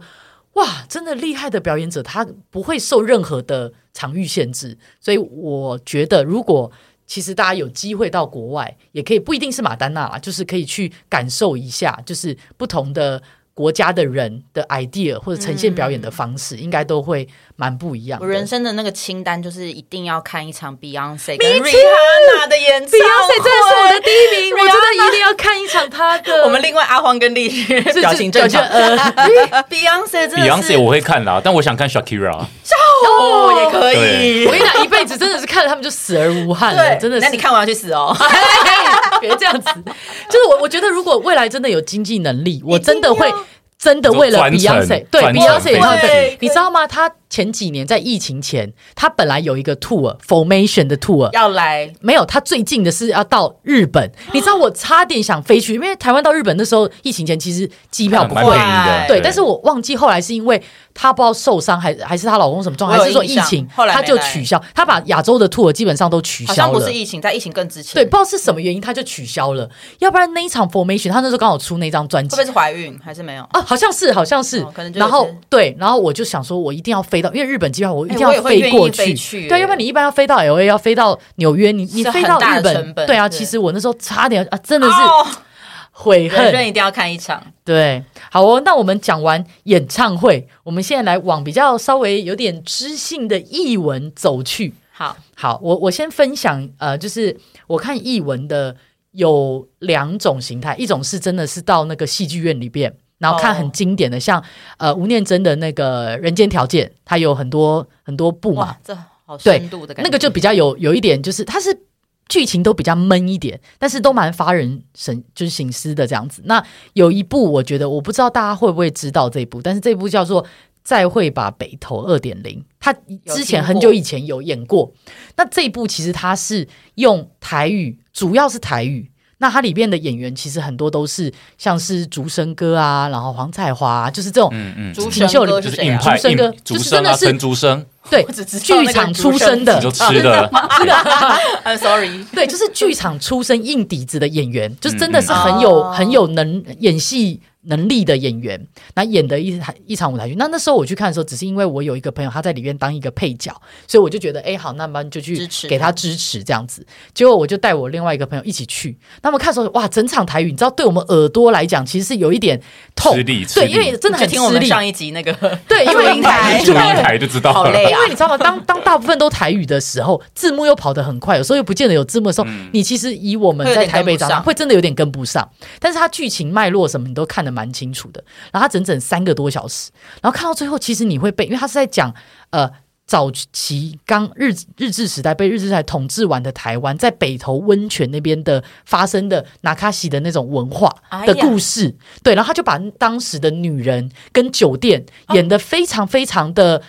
Speaker 1: 哇，真的厉害的表演者，他不会受任何的场域限制，所以我觉得，如果其实大家有机会到国外，也可以不一定是马丹娜啦，就是可以去感受一下，就是不同的国家的人的 idea 或者呈现表演的方式，应该都会蛮不一样的。
Speaker 3: 嗯我人生的那个清单就是一定要看一场 Beyonce 跟 Rihanna 的演唱会。
Speaker 1: Beyonce 真的是我的第一名，
Speaker 3: Rihanna
Speaker 1: 我真的一定要看一场他的。
Speaker 3: 我们另外阿黄跟丽是
Speaker 1: 是
Speaker 3: 表情正常
Speaker 1: 就呃，
Speaker 3: ，Beyonce 真的是
Speaker 2: Beyonce 我会看啦，但我想看 Shakira。
Speaker 3: 哦也可以
Speaker 2: 对
Speaker 1: 我。跟你讲，一辈子真的是看了他们就死而无憾了，
Speaker 3: 对，
Speaker 1: 真的是。
Speaker 3: 那你看我要去死哦！
Speaker 1: 哎 别这样子，就是我我觉得如果未来真的有经济能力，我真的会。真的为了
Speaker 2: 你说传
Speaker 1: Beyonce，
Speaker 2: 承
Speaker 1: 对
Speaker 2: 传承
Speaker 1: Beyonce 演唱
Speaker 3: 对可
Speaker 1: 会
Speaker 3: 以，
Speaker 1: 你知道吗？他前几年在疫情前，他本来有一个 tour formation 的 tour，
Speaker 3: 要来
Speaker 1: 没有，他最近的是要到日本。你知道我差点想飞去，因为台湾到日本那时候疫情前其实机票不
Speaker 2: 蛮
Speaker 1: 贵，
Speaker 2: 便宜
Speaker 3: 哎
Speaker 2: 的，
Speaker 1: 对，但是我忘记后来是因为她不知道受伤还还是她老公什么状况，
Speaker 3: 我
Speaker 1: 还
Speaker 3: 有
Speaker 1: 是说
Speaker 3: 印
Speaker 1: 疫
Speaker 3: 象
Speaker 1: 情，
Speaker 3: 后来
Speaker 1: 她
Speaker 3: 没
Speaker 1: 就
Speaker 3: 来
Speaker 1: 取消，她把亚洲的 tour 基本上都取
Speaker 3: 好
Speaker 1: 消
Speaker 3: 像不
Speaker 1: 了
Speaker 3: 是。疫情，在疫情更之前，
Speaker 1: 对，
Speaker 3: 会
Speaker 1: 不知道是什么原因，她就取消了。要不然那一场 formation，她那时候刚好出那张专
Speaker 3: 不
Speaker 1: 辑
Speaker 3: 会是怀孕还是没有？
Speaker 1: 啊，好像是，好像是。
Speaker 3: 哦可能就
Speaker 1: 然
Speaker 3: 有
Speaker 1: 后
Speaker 3: 些
Speaker 1: 对，然后我就想说，我一定要飞到，因为日本机票我一
Speaker 3: 哎
Speaker 1: 定要
Speaker 3: 我也会愿意
Speaker 1: 过
Speaker 3: 飞去
Speaker 1: 对，
Speaker 3: 哎
Speaker 1: 要不然你一般要飞到 L A，要飞到纽约，你你
Speaker 3: 是
Speaker 1: 飞
Speaker 3: 很
Speaker 1: 到
Speaker 3: 大
Speaker 1: 日
Speaker 3: 的
Speaker 1: 本
Speaker 3: 成，本
Speaker 1: 对啊。
Speaker 3: 对
Speaker 1: 其实我那时候差点啊，真的是
Speaker 3: 哦
Speaker 1: 悔
Speaker 3: 人
Speaker 1: 恨。
Speaker 3: 人一定要看一场。
Speaker 1: 对，好哦。那我们讲完演唱会，我们现在来往比较稍微有点知性的译文走去。
Speaker 3: 好，
Speaker 1: 好，我我先分享，呃，就是我看译文的有两种形态，一种是真的是到那个戏剧院里边，然后看
Speaker 3: 哦
Speaker 1: 很经典的，像呃吴念真的那个《人间条件》，它有很多很多部嘛
Speaker 3: 哇，，这好
Speaker 1: 对
Speaker 3: 深度的感觉。
Speaker 1: 那个就比较有有一点，就是它是剧情都比较闷一点，但是都蛮发人省，就是醒思的这样子。那有一部我觉得我不知道大家会不会知道这一部，但是这部叫做《再会吧北投二点零》，它之前很久以前有演过。那这一部其实它是用台语，主要是台语。那它里边的演员其实很多都是像是竹生哥啊，然后黄彩华、啊，就是这种
Speaker 2: 嗯嗯，
Speaker 3: 竹
Speaker 1: 锦
Speaker 3: 神
Speaker 1: 绣
Speaker 3: 哥
Speaker 1: 里
Speaker 2: 就是是
Speaker 3: 谁
Speaker 2: 硬
Speaker 3: 啊？
Speaker 1: 竹
Speaker 2: 派
Speaker 1: 生哥
Speaker 2: 硬竹
Speaker 1: 就是
Speaker 2: 生
Speaker 1: 真
Speaker 2: 啊，
Speaker 1: 的是
Speaker 2: 神竹生，
Speaker 1: 对
Speaker 3: 我只知道那
Speaker 1: 剧
Speaker 3: 个
Speaker 1: 场
Speaker 3: 竹
Speaker 1: 出
Speaker 3: 生
Speaker 1: 身的
Speaker 2: 你就吃的，
Speaker 3: I'm 呃 sorry，
Speaker 1: 对，就是剧场出身硬底子的演员，就是真的是很有、
Speaker 3: 哦
Speaker 1: 很有能演戏能力的演员，那演的一台一场舞台剧。那那时候我去看的时候，只是因为我有一个朋友他在里面当一个配角，所以我就觉得，哎，好，那么就去
Speaker 3: 支持
Speaker 1: 给他支持这样子。结果我就带我另外一个朋友一起去，那么看的时候，哇，整场台语，你知道，对我们耳朵来讲，其实是有一点痛，
Speaker 2: 吃力吃
Speaker 1: 哦对，
Speaker 2: 力
Speaker 1: 因 为真的
Speaker 3: 就
Speaker 1: 很
Speaker 3: 听我
Speaker 1: 吃
Speaker 3: 们
Speaker 1: 力。
Speaker 3: 上一 集那个，
Speaker 1: 对，因为
Speaker 3: 录音台
Speaker 2: 录音台就知道
Speaker 3: 好
Speaker 2: 了。
Speaker 3: 累啊
Speaker 1: 因为你知道吗？当当大部分都台语的时候，字幕又跑得很快，有时候又不见得有字幕的时候，你其实以我们
Speaker 3: 嗯会有
Speaker 1: 在
Speaker 3: 点
Speaker 1: 台北
Speaker 3: 跟不
Speaker 1: 长大，
Speaker 3: 上
Speaker 1: 会真的有点跟不上。但是它剧情脉络什么你都看得蛮清楚的。然后它整整三个多小时，然后看到最后，其实你会被，因为它是在讲呃。早期刚日日治时代被日治时代统治完的台湾，在北投温泉那边的发生的纳卡西的那种文化
Speaker 3: 哎
Speaker 1: 的
Speaker 3: 呀
Speaker 1: 故事，对，然后他就把当时的女人跟酒店
Speaker 3: 哦
Speaker 1: 演得非常非常的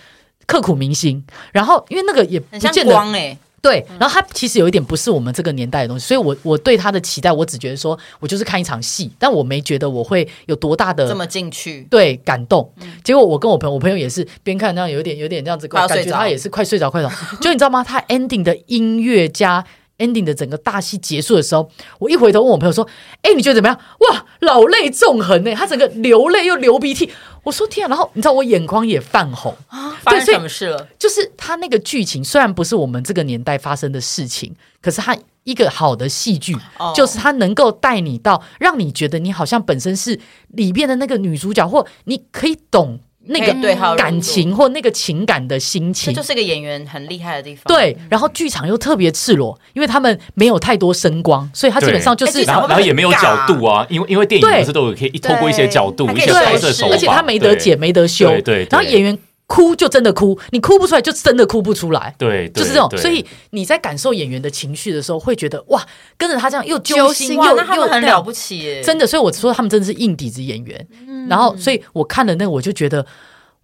Speaker 1: 刻骨铭心。然后因为那个也不
Speaker 3: 很像
Speaker 1: 见得
Speaker 3: 光哎，
Speaker 1: 对，然后他其实有一点不是我们这个年代的东西，所以我我对他的期待，我只觉得说我就是看一场戏，但我没觉得我会有多大的
Speaker 3: 这么进去，
Speaker 1: 对感动。结果我跟我朋友，我朋友也是边看那样有点有点这样子，
Speaker 3: 快要
Speaker 1: 感觉
Speaker 3: 睡着
Speaker 1: 他也是快睡着快睡着。就你知道吗？他 ending 的音乐加 ending 的整个大戏结束的时候，我一回头问我朋友说：“哎、你觉得怎么样？”哇，老泪纵横呢、他整个流泪又流鼻涕。我说天啊！然后你知道我眼眶也泛红，
Speaker 3: 发生
Speaker 1: 所以
Speaker 3: 什么事了？
Speaker 1: 就是他那个剧情虽然不是我们这个年代发生的事情，可是他一个好的戏剧，
Speaker 3: 哦
Speaker 1: 就是它能够带你到，让你觉得你好像本身是里面的那个女主角，或你可以懂那
Speaker 3: 可以哎对号
Speaker 1: 个
Speaker 3: 入
Speaker 1: 感
Speaker 3: 座
Speaker 1: 情或那个情感的心
Speaker 3: 这
Speaker 1: 情
Speaker 3: 就。是个演员很厉害的地方。
Speaker 1: 对，然后剧场又特别赤裸，因为他们没有太多声光，所以他基本上就
Speaker 3: 对哎
Speaker 1: 是
Speaker 3: 剧
Speaker 2: 然
Speaker 3: 场
Speaker 2: 后，然后也没有角度啊，因为因为电影不是都有可以一透过一些角度、
Speaker 3: 对
Speaker 2: 一些拍摄手
Speaker 3: 对
Speaker 2: 法，
Speaker 1: 而且他没得解，没得修，
Speaker 2: 对对对
Speaker 1: 然后演员哭就真的哭，你哭不出来就真的哭不出来。
Speaker 2: 对，对
Speaker 1: 就是这种，
Speaker 2: 对
Speaker 1: 所以你在感受演员的情绪的时候，会觉得哇，跟着他这样又揪
Speaker 3: 揪
Speaker 1: 心
Speaker 3: 心
Speaker 1: 又
Speaker 3: 哇，那他
Speaker 1: 又
Speaker 3: 们很
Speaker 1: 那样
Speaker 3: 了不起耶，
Speaker 1: 真的，所以我说他们真的是硬底子演员。然后，所以我看了那个，我就觉得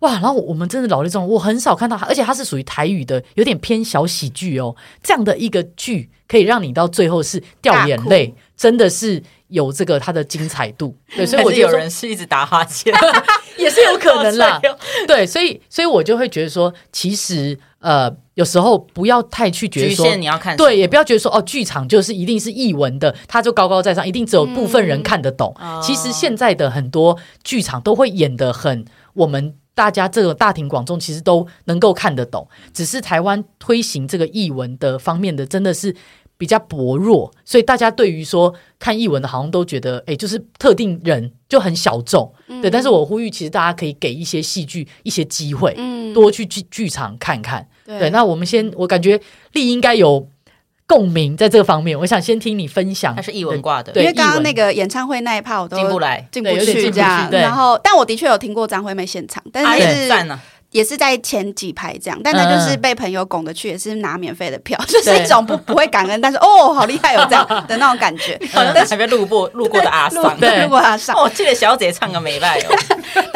Speaker 1: 哇，然后我们真的老泪纵横。我很少看到他，而且他是属于台语的，有点偏小喜剧哦。这样的一个剧，可以让你到最后是掉眼泪，真的是有这个它的精彩度。 对，所以
Speaker 3: 还
Speaker 1: 我
Speaker 3: 是
Speaker 1: 觉
Speaker 3: 有
Speaker 1: 得
Speaker 3: 人是一直打哈欠，
Speaker 1: 也是有 可能啦
Speaker 3: 好。帅哦
Speaker 1: 对，所以，所以我就会觉得说，其实呃，有时候不要太去觉得
Speaker 3: 局
Speaker 1: 说
Speaker 3: 限你要看什么
Speaker 1: 对，也不要觉得说哦，剧场就是一定是译文的，它就高高在上，一定只有部分人看得懂。
Speaker 3: 嗯哦
Speaker 1: 其实现在的很多剧场都会演得很我们。大家这个大庭广众其实都能够看得懂，只是台湾推行这个译文的方面的真的是比较薄弱，所以大家对于说看译文的，好像都觉得哎、诶就是特定人就很小众，
Speaker 3: 嗯
Speaker 1: 对。但是我呼吁，其实大家可以给一些戏剧一些机会，
Speaker 4: 嗯
Speaker 1: 多去剧剧场看看。
Speaker 4: 对
Speaker 1: 对，那我们先，我感觉丽应该有共鸣在这个方面，我想先听你分享。
Speaker 3: 他是译文挂的，
Speaker 1: 对
Speaker 4: 因为刚
Speaker 1: 艺
Speaker 4: 刚
Speaker 1: 文
Speaker 4: 那个演唱会那一趴我都
Speaker 3: 进不来。
Speaker 4: 进不
Speaker 1: 对有点进
Speaker 4: 去
Speaker 1: 不
Speaker 4: 这样
Speaker 1: 去，对啊
Speaker 4: 然后但我的确有听过张惠妹现场，但
Speaker 3: 哎
Speaker 4: 是
Speaker 1: 对
Speaker 4: 是
Speaker 3: 算了，
Speaker 4: 也是在前几排这样，但那
Speaker 1: 嗯
Speaker 4: 就是被朋友拱着去，也是拿免费的票， 就是一种不不会感恩，但是哦好厉害哦这样的那种感 觉。
Speaker 1: 哎
Speaker 3: 好像在旁边路过路过的阿桑。
Speaker 1: 对
Speaker 4: 如果他 上
Speaker 3: 哦，这个小姐唱个美拜哦，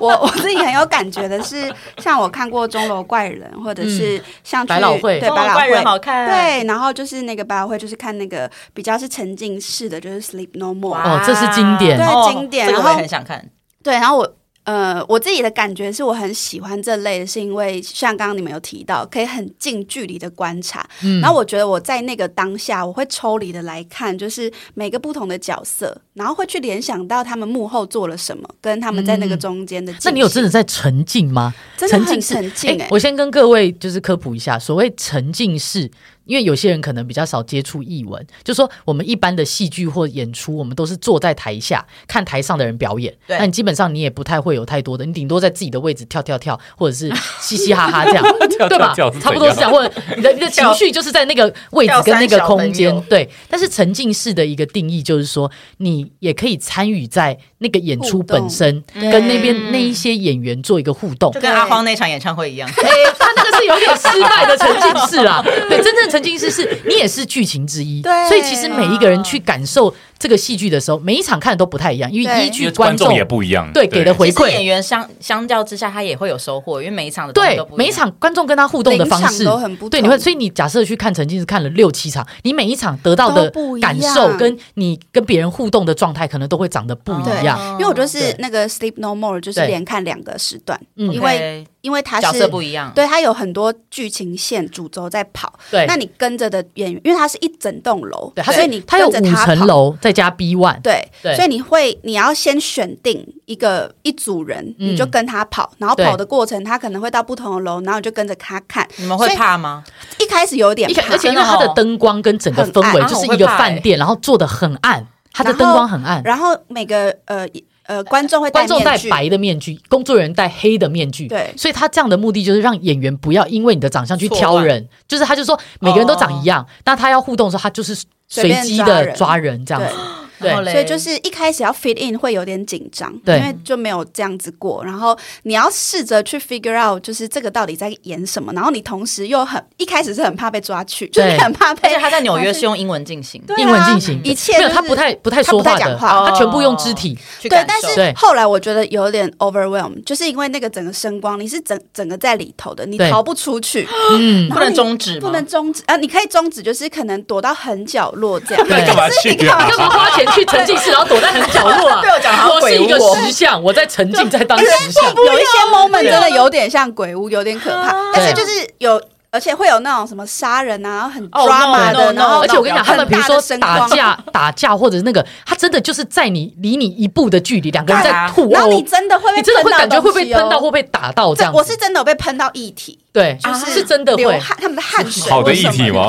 Speaker 4: 我我自己很有感觉的是，像我看过《钟楼怪人》，或者是像去
Speaker 1: 嗯百老汇
Speaker 4: 对百老
Speaker 3: 怪人
Speaker 4: 汇。
Speaker 3: 好看。
Speaker 4: 对，然后就是那个百老汇，就是看那个比较是沉浸式的，就是《Sleep No More》。
Speaker 1: 哦这是经典
Speaker 4: 对
Speaker 3: 哦
Speaker 4: 经典
Speaker 3: 这个我
Speaker 4: 然
Speaker 3: 也
Speaker 4: 后
Speaker 3: 很想看。
Speaker 4: 对，然后我呃，我自己的感觉是我很喜欢这类的，是因为像刚刚你们有提到，可以很近距离的观察。
Speaker 1: 嗯
Speaker 4: 然后我觉得我在那个当下，我会抽离的来看，就是每个不同的角色，然后会去联想到他们幕后做了什么，跟他们在那个中间的进行、
Speaker 1: 嗯那你有真的在沉浸吗？
Speaker 4: 真的
Speaker 1: 沉
Speaker 4: 很
Speaker 1: 浸式
Speaker 4: 沉浸、
Speaker 1: 诶
Speaker 4: 欸？
Speaker 1: 哎我先跟各位就是科普一下，所谓沉浸式，因为有些人可能比较少接触译文，就说我们一般的戏剧或演出，我们都是坐在台下看台上的人表演，
Speaker 3: 对
Speaker 1: 那你基本上你也不太会有太多的，你顶多在自己的位置跳跳跳，或者是嘻嘻哈哈这样，
Speaker 2: 跳
Speaker 1: 对吧
Speaker 2: 跳跳是？
Speaker 1: 差不多是这样，或者你的你的情绪就是在那个位置跟那个空
Speaker 3: 跳三小
Speaker 1: 间
Speaker 3: 朋，
Speaker 1: 对。但是沉浸式的一个定义就是说，你也可以参与在那个演出
Speaker 4: 互动
Speaker 1: 本身，
Speaker 5: 对
Speaker 1: 跟那边那一些演员做一个互动
Speaker 3: 嗯就。跟阿荒那场演唱会一样，
Speaker 1: 哎，他那个是有点失败的沉浸式 啦。对，真正的沉浸式是你也是剧情之一，
Speaker 4: 对
Speaker 1: 所以其实每一个人去感受这个戏剧的时候，每一场看的都不太一样，因为
Speaker 4: 对
Speaker 1: 依
Speaker 2: 因
Speaker 1: 据
Speaker 2: 为观
Speaker 1: 众
Speaker 2: 众也不一样，
Speaker 1: 对给的回
Speaker 3: 其实演
Speaker 1: 馈，
Speaker 3: 员相相较之下，他也会有收获，因为每一场的东西
Speaker 1: 对
Speaker 3: 都不一样
Speaker 1: 每一场观众跟他互动的方式
Speaker 4: 临场都很不同
Speaker 1: 对，你会所以你假设去看沉浸式看了六七场，你每一场得到的
Speaker 4: 都不一样
Speaker 1: 感受跟你跟别人互动的状态，可能都会长得不一样。
Speaker 3: 哦
Speaker 4: 因为我就是
Speaker 1: 对
Speaker 4: 那个 Sleep No More，就是
Speaker 1: 对
Speaker 4: 连看两个时段，
Speaker 1: 嗯
Speaker 4: 因为因为它
Speaker 3: OK，角
Speaker 4: 是
Speaker 3: 色不一样，
Speaker 4: 对它有很多剧情线主轴在跑，
Speaker 1: 对，
Speaker 4: 那你跟着的演员，因为它是一整栋楼，
Speaker 1: 对，它
Speaker 4: 所以你
Speaker 1: 是它有
Speaker 4: 跟着
Speaker 1: 五
Speaker 4: 他
Speaker 1: 层
Speaker 4: 跑，
Speaker 1: 楼，再加 B one，
Speaker 4: 对，
Speaker 1: 对
Speaker 4: 所以你会你要先选定一个一组人，
Speaker 1: 嗯
Speaker 4: 你就跟他跑，然后
Speaker 1: 对
Speaker 4: 跑的过程他可能会到不同的楼，然后你就跟着他看，
Speaker 3: 你们会
Speaker 4: 所以
Speaker 3: 怕吗？
Speaker 4: 一开始有点
Speaker 1: 一开
Speaker 4: 怕
Speaker 1: 而。且因为它的灯光跟整个
Speaker 4: 哦很
Speaker 1: 氛
Speaker 4: 暗
Speaker 1: 围
Speaker 3: 啊
Speaker 1: 就是
Speaker 3: 我会
Speaker 1: 一个
Speaker 3: 怕
Speaker 1: 饭
Speaker 3: 欸
Speaker 1: 店，然后做的很暗，它的
Speaker 4: 然
Speaker 1: 灯
Speaker 4: 后
Speaker 1: 光很暗，
Speaker 4: 然后每个呃一呃观众会戴
Speaker 1: 观众戴
Speaker 4: 面具
Speaker 1: 白的面具，工作人员戴黑的面具。
Speaker 4: 对
Speaker 1: 所以他这样的目的就是让演员不要因为你的长相去挑人，就是他就说每个人都长一样，那他要互动的时候，他就是随机
Speaker 4: 哦随便抓
Speaker 1: 的
Speaker 4: 人
Speaker 1: 抓人这样子。对
Speaker 3: 然后嘞
Speaker 4: 所以就是一开始要 fit in 会有点紧张，
Speaker 1: 对
Speaker 4: 因为就没有这样子过。然后你要试着去 figure out，就是这个到底在演什么。然后你同时又很一开始是很怕被抓去，就是
Speaker 1: 对
Speaker 4: 你很怕
Speaker 3: 而
Speaker 4: 被
Speaker 3: 且他在纽约是用英文进行，
Speaker 4: 对啊
Speaker 1: 英文进行，
Speaker 4: 一切
Speaker 1: 没有
Speaker 4: 就是
Speaker 1: 他不太不太说
Speaker 4: 他
Speaker 1: 话
Speaker 4: 不太
Speaker 1: 的，
Speaker 4: 讲话哦
Speaker 1: 他全部用肢体。
Speaker 3: 去
Speaker 4: 对
Speaker 3: 感，
Speaker 4: 但
Speaker 3: 受
Speaker 1: 对
Speaker 4: 是后来我觉得有点 overwhelm，就是因为那个整个声光，你是整整个在里头的，你
Speaker 1: 对
Speaker 4: 逃不出去，
Speaker 1: 嗯，
Speaker 3: 不能终止吗，
Speaker 4: 不能终止啊！你可以终止，就是可能躲到很角落这 样。
Speaker 1: 对
Speaker 2: 干嘛去
Speaker 4: 哦
Speaker 2: 啊？
Speaker 1: 干嘛花钱去沉浸式，然后躲在很角落 啊？
Speaker 3: 被我讲好
Speaker 1: 我
Speaker 3: 像
Speaker 1: 是
Speaker 3: 鬼屋
Speaker 1: 一个
Speaker 3: 哦
Speaker 1: 石像，我在沉浸在当
Speaker 4: 哎
Speaker 1: 石像。
Speaker 4: 有一些 moment 真的有点像鬼屋，有点可怕，但是就是有。而且会有那种什么杀人啊，然后很
Speaker 3: 哦
Speaker 4: 抓马
Speaker 3: no, no,
Speaker 4: 的，
Speaker 3: no,
Speaker 4: 然后
Speaker 1: 而且我跟你讲，他们比如说
Speaker 4: 很大的
Speaker 1: 打
Speaker 4: 声光，
Speaker 1: 架、打架，或者是那个，他真的就是在你离你一步的距离，两个人
Speaker 3: 对
Speaker 1: 在
Speaker 3: 啊
Speaker 1: 互
Speaker 4: 然后
Speaker 1: 殴
Speaker 4: 哦你，真的会被
Speaker 1: 你真的会感觉会被喷到
Speaker 4: 东西哦
Speaker 1: 或被打到这样子。
Speaker 4: 这我是真的有被喷到液体，
Speaker 1: 对，
Speaker 4: 就是
Speaker 1: 真的
Speaker 4: 流
Speaker 1: 会。
Speaker 4: 汗，他们的汗水，
Speaker 2: 好的议题吗？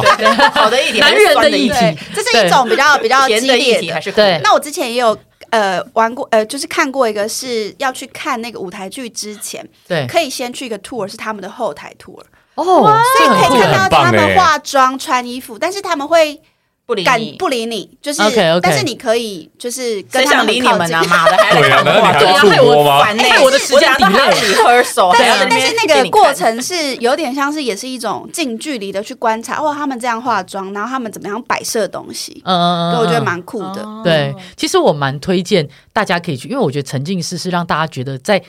Speaker 3: 好的一 点，
Speaker 1: 男人
Speaker 3: 酸
Speaker 1: 的
Speaker 3: 的
Speaker 1: 议
Speaker 3: 一
Speaker 1: 题
Speaker 3: 点
Speaker 4: 对，这是一种比较比较激
Speaker 3: 甜的议
Speaker 4: 烈
Speaker 3: 题还
Speaker 4: 的。
Speaker 3: 是苦的
Speaker 1: 对
Speaker 4: 那我之前也有呃玩过，呃就是看过一个是要去看那个舞台剧之前，
Speaker 1: 对，
Speaker 4: 可以先去一个 tour，是他们的后台 tour，
Speaker 1: 哦，这
Speaker 4: 可
Speaker 1: 很酷
Speaker 4: 以看
Speaker 1: 耶。
Speaker 4: 到
Speaker 2: 很棒
Speaker 4: 他们
Speaker 2: 欸
Speaker 4: 化妆穿衣服，但是他们会
Speaker 3: 不理
Speaker 4: 敢
Speaker 3: 你，
Speaker 4: 不理你，就是
Speaker 1: OK，OK
Speaker 4: 但是你可以就是跟
Speaker 3: 谁
Speaker 4: 他
Speaker 3: 想
Speaker 4: 们
Speaker 3: 理
Speaker 4: 很
Speaker 3: 你
Speaker 4: 靠
Speaker 3: 们
Speaker 4: 近哎
Speaker 3: 啊？ 妈的，还 来
Speaker 2: 对啊，
Speaker 3: 跟
Speaker 2: 难道
Speaker 3: 我
Speaker 2: 你还
Speaker 1: 对
Speaker 2: 要
Speaker 1: 啊
Speaker 2: 触
Speaker 1: 害我
Speaker 2: 摸吗？
Speaker 3: 烦呢、
Speaker 1: 害我的时间
Speaker 3: 哎我等下都还
Speaker 1: delay
Speaker 3: 要 rehearsal，还要在
Speaker 4: 但是啊但
Speaker 3: 边
Speaker 4: 是那个过
Speaker 3: 给你看，
Speaker 4: 程是有点像是也是一种近距离的去观察，哇，他们这样化妆，然后他们怎么样摆设东西，
Speaker 1: 嗯嗯嗯，
Speaker 4: 对，我觉得蛮酷的。
Speaker 3: 哦
Speaker 1: 对。其实我蛮推荐大家可以去，因为我觉得沉浸式是让大家觉得在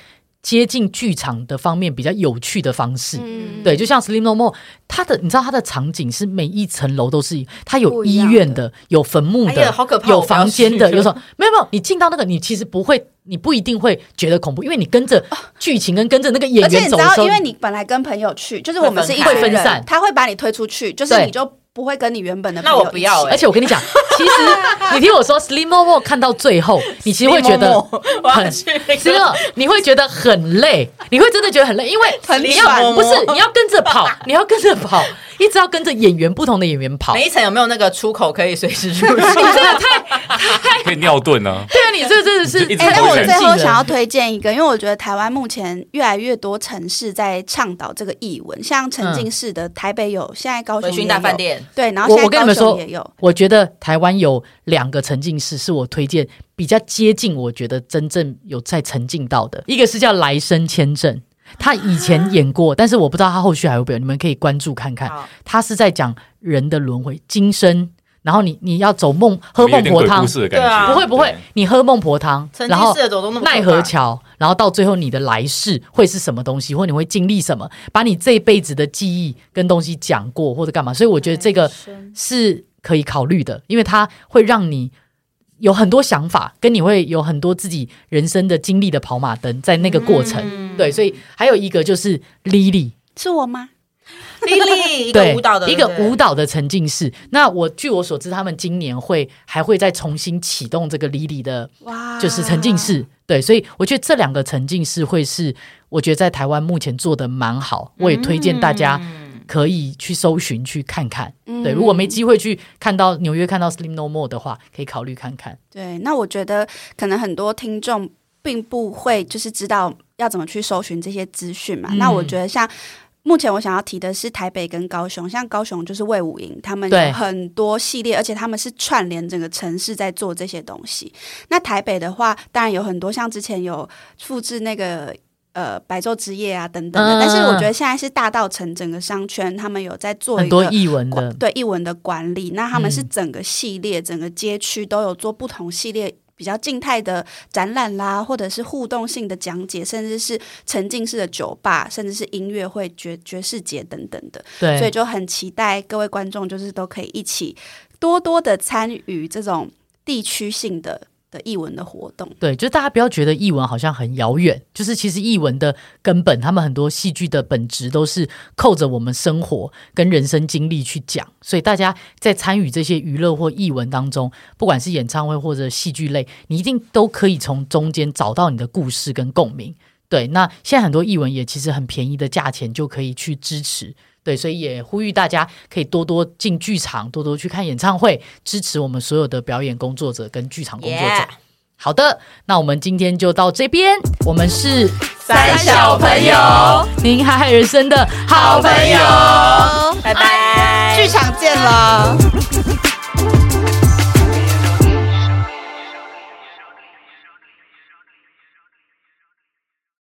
Speaker 1: 接近剧场的方面比较有趣的方式。
Speaker 4: 嗯，
Speaker 1: 对，就像 Slim No More，它的你知道它的场景是每一层楼都是，它有
Speaker 4: 不一
Speaker 1: 医
Speaker 4: 样
Speaker 1: 院的，有坟墓
Speaker 3: 哎
Speaker 1: 的，
Speaker 3: 呀好可怕
Speaker 1: 有
Speaker 3: 我不要
Speaker 1: 房间
Speaker 3: 去
Speaker 1: 的，有 什么？没有没有，你进到那个，你其实不会，你不一定会觉得恐怖，因为你跟着剧情跟跟着那个演
Speaker 4: 哦而且
Speaker 1: 员
Speaker 4: 你
Speaker 1: 走
Speaker 4: 知
Speaker 1: 的
Speaker 4: 道，
Speaker 1: 时候
Speaker 4: 因，为你本来跟朋友去，就是我们是一
Speaker 3: 会
Speaker 4: 群
Speaker 1: 分
Speaker 4: 人
Speaker 1: 散，
Speaker 4: 他会把你推出去，就是
Speaker 1: 对
Speaker 4: 你就不会跟你原本的朋
Speaker 3: 那
Speaker 4: 友
Speaker 3: 我不要
Speaker 4: 一
Speaker 3: 哎、
Speaker 1: 而且我跟你讲，其 实你听我说，Slim No More 看到最后，你其实会觉得
Speaker 3: 默默我要
Speaker 1: 很
Speaker 3: 去那
Speaker 1: 这
Speaker 3: 个
Speaker 1: 个你会觉得很累，你会真的觉得很累，因为
Speaker 4: 很
Speaker 1: 你
Speaker 3: 喘
Speaker 1: 要
Speaker 3: 哦
Speaker 1: 不是你要跟着跑，你要跟着跑，一直要跟着演员不同的演员跑。
Speaker 3: 每一层有没有那个出口可以随时出去？
Speaker 2: 可以尿遁呢？
Speaker 1: 对啊，你这真的是
Speaker 2: 就一直
Speaker 4: 起。哎，
Speaker 1: 太
Speaker 4: 那我
Speaker 1: 冷
Speaker 4: 最
Speaker 1: 静
Speaker 4: 后
Speaker 1: 了
Speaker 4: 想要推荐一个，因为我觉得台湾目前越来越多城市在倡导这个译文，像
Speaker 1: 嗯
Speaker 4: 沉浸式的台北有，现在高雄
Speaker 3: 回
Speaker 4: 也
Speaker 3: 寻大
Speaker 4: 有，
Speaker 3: 饭店，
Speaker 4: 对，然后
Speaker 1: 我
Speaker 4: 现
Speaker 1: 我跟你
Speaker 4: 在高
Speaker 1: 们说
Speaker 4: 雄也有，，
Speaker 1: 我觉得台湾有两个沉浸式是我推荐比较接近，我觉得真正有在沉浸到的，一个是叫来生签证。他以前演 过，但是我不知道他后续还会不会有，你们可以关注看看。
Speaker 3: 好
Speaker 1: 他是在讲人的轮回，今生，然后你你要走梦， 喝
Speaker 2: 有
Speaker 1: 孟
Speaker 2: 点
Speaker 1: 婆
Speaker 2: 鬼
Speaker 1: 汤
Speaker 2: 故，事的感
Speaker 3: 对啊
Speaker 2: 觉，
Speaker 1: 不会不会，你喝孟婆汤，
Speaker 3: 曾
Speaker 1: 然后
Speaker 3: 经是的走动那么可怕
Speaker 1: 奈何，桥，然后到最后你的来世会是什么东西，或你会经历什么，把你这辈子的记忆跟东西讲过或者干嘛，所以我觉得这个是可以考虑的，因为它会让你有很多想法，跟你会有很多自己人生的经历的跑马灯在那个过程。
Speaker 3: 嗯
Speaker 1: 对，所以还有一个就是 Lily，
Speaker 4: 是我吗？
Speaker 3: 丽丽一个
Speaker 1: 对，
Speaker 3: 舞蹈的，
Speaker 1: 一个
Speaker 3: 对不对
Speaker 1: 舞蹈的沉浸式。那我据我所知，他们今年会还会再重新启动这个 Lily 的
Speaker 3: 啊
Speaker 4: 哇，
Speaker 1: 就是沉浸式。对，所以我觉得这两个沉浸式会是，我觉得在台湾目前做的蛮好，我也推荐大家
Speaker 3: 嗯
Speaker 1: 可以去搜寻去看看。
Speaker 4: 嗯
Speaker 1: 对，如果没机会去看到纽约看到 Slim No More 的话，可以考虑看看。
Speaker 4: 对，那我觉得可能很多听众并不会就是知道要怎么去搜寻这些资讯嘛。
Speaker 1: 嗯
Speaker 4: 那我觉得像。目前我想要提的是台北跟高雄，像高雄就是魏武营，他们
Speaker 1: 对
Speaker 4: 有很多系列，而且他们是串联整个城市在做这些东西。那台北的话，当然有很多，像之前有复制那个。呃，白昼之夜啊，等等
Speaker 1: 嗯
Speaker 4: 的，但是我觉得现在是大道城整个商圈，他们有在做
Speaker 1: 很
Speaker 4: 一
Speaker 1: 多
Speaker 4: 个
Speaker 1: 译文
Speaker 4: 管
Speaker 1: 的，
Speaker 4: 对译文的管理。那他们是
Speaker 1: 嗯
Speaker 4: 整个系列、整个街区都有做不同系列。比较静态的展览啦，或者是互动性的讲解，甚至是沉浸式的酒吧，甚至是音乐会、爵爵士节等等的，
Speaker 1: 对，
Speaker 4: 所以就很期待各位观众就是都可以一起多多的参与这种地区性的的译文的活动。
Speaker 1: 对，就是大家不要觉得译文好像很遥远，就是其实译文的根本，他们很多戏剧的本质都是扣着我们生活跟人生经历去讲，所以大家在参与这些娱乐或译文当中，不管是演唱会或者戏剧类，你一定都可以从中间找到你的故事跟共鸣。对，那现在很多译文也其实很便宜的价钱就可以去支持。对，所以也呼吁大家可以多多进剧场，多多去看演唱会，支持我们所有的表演工作者跟剧场工作者。
Speaker 3: Yeah
Speaker 1: 好的，那我们今天就到这边。我们是
Speaker 3: 三小朋友，
Speaker 1: 您海海人生的好朋友。
Speaker 3: 拜拜，
Speaker 4: 剧场见了。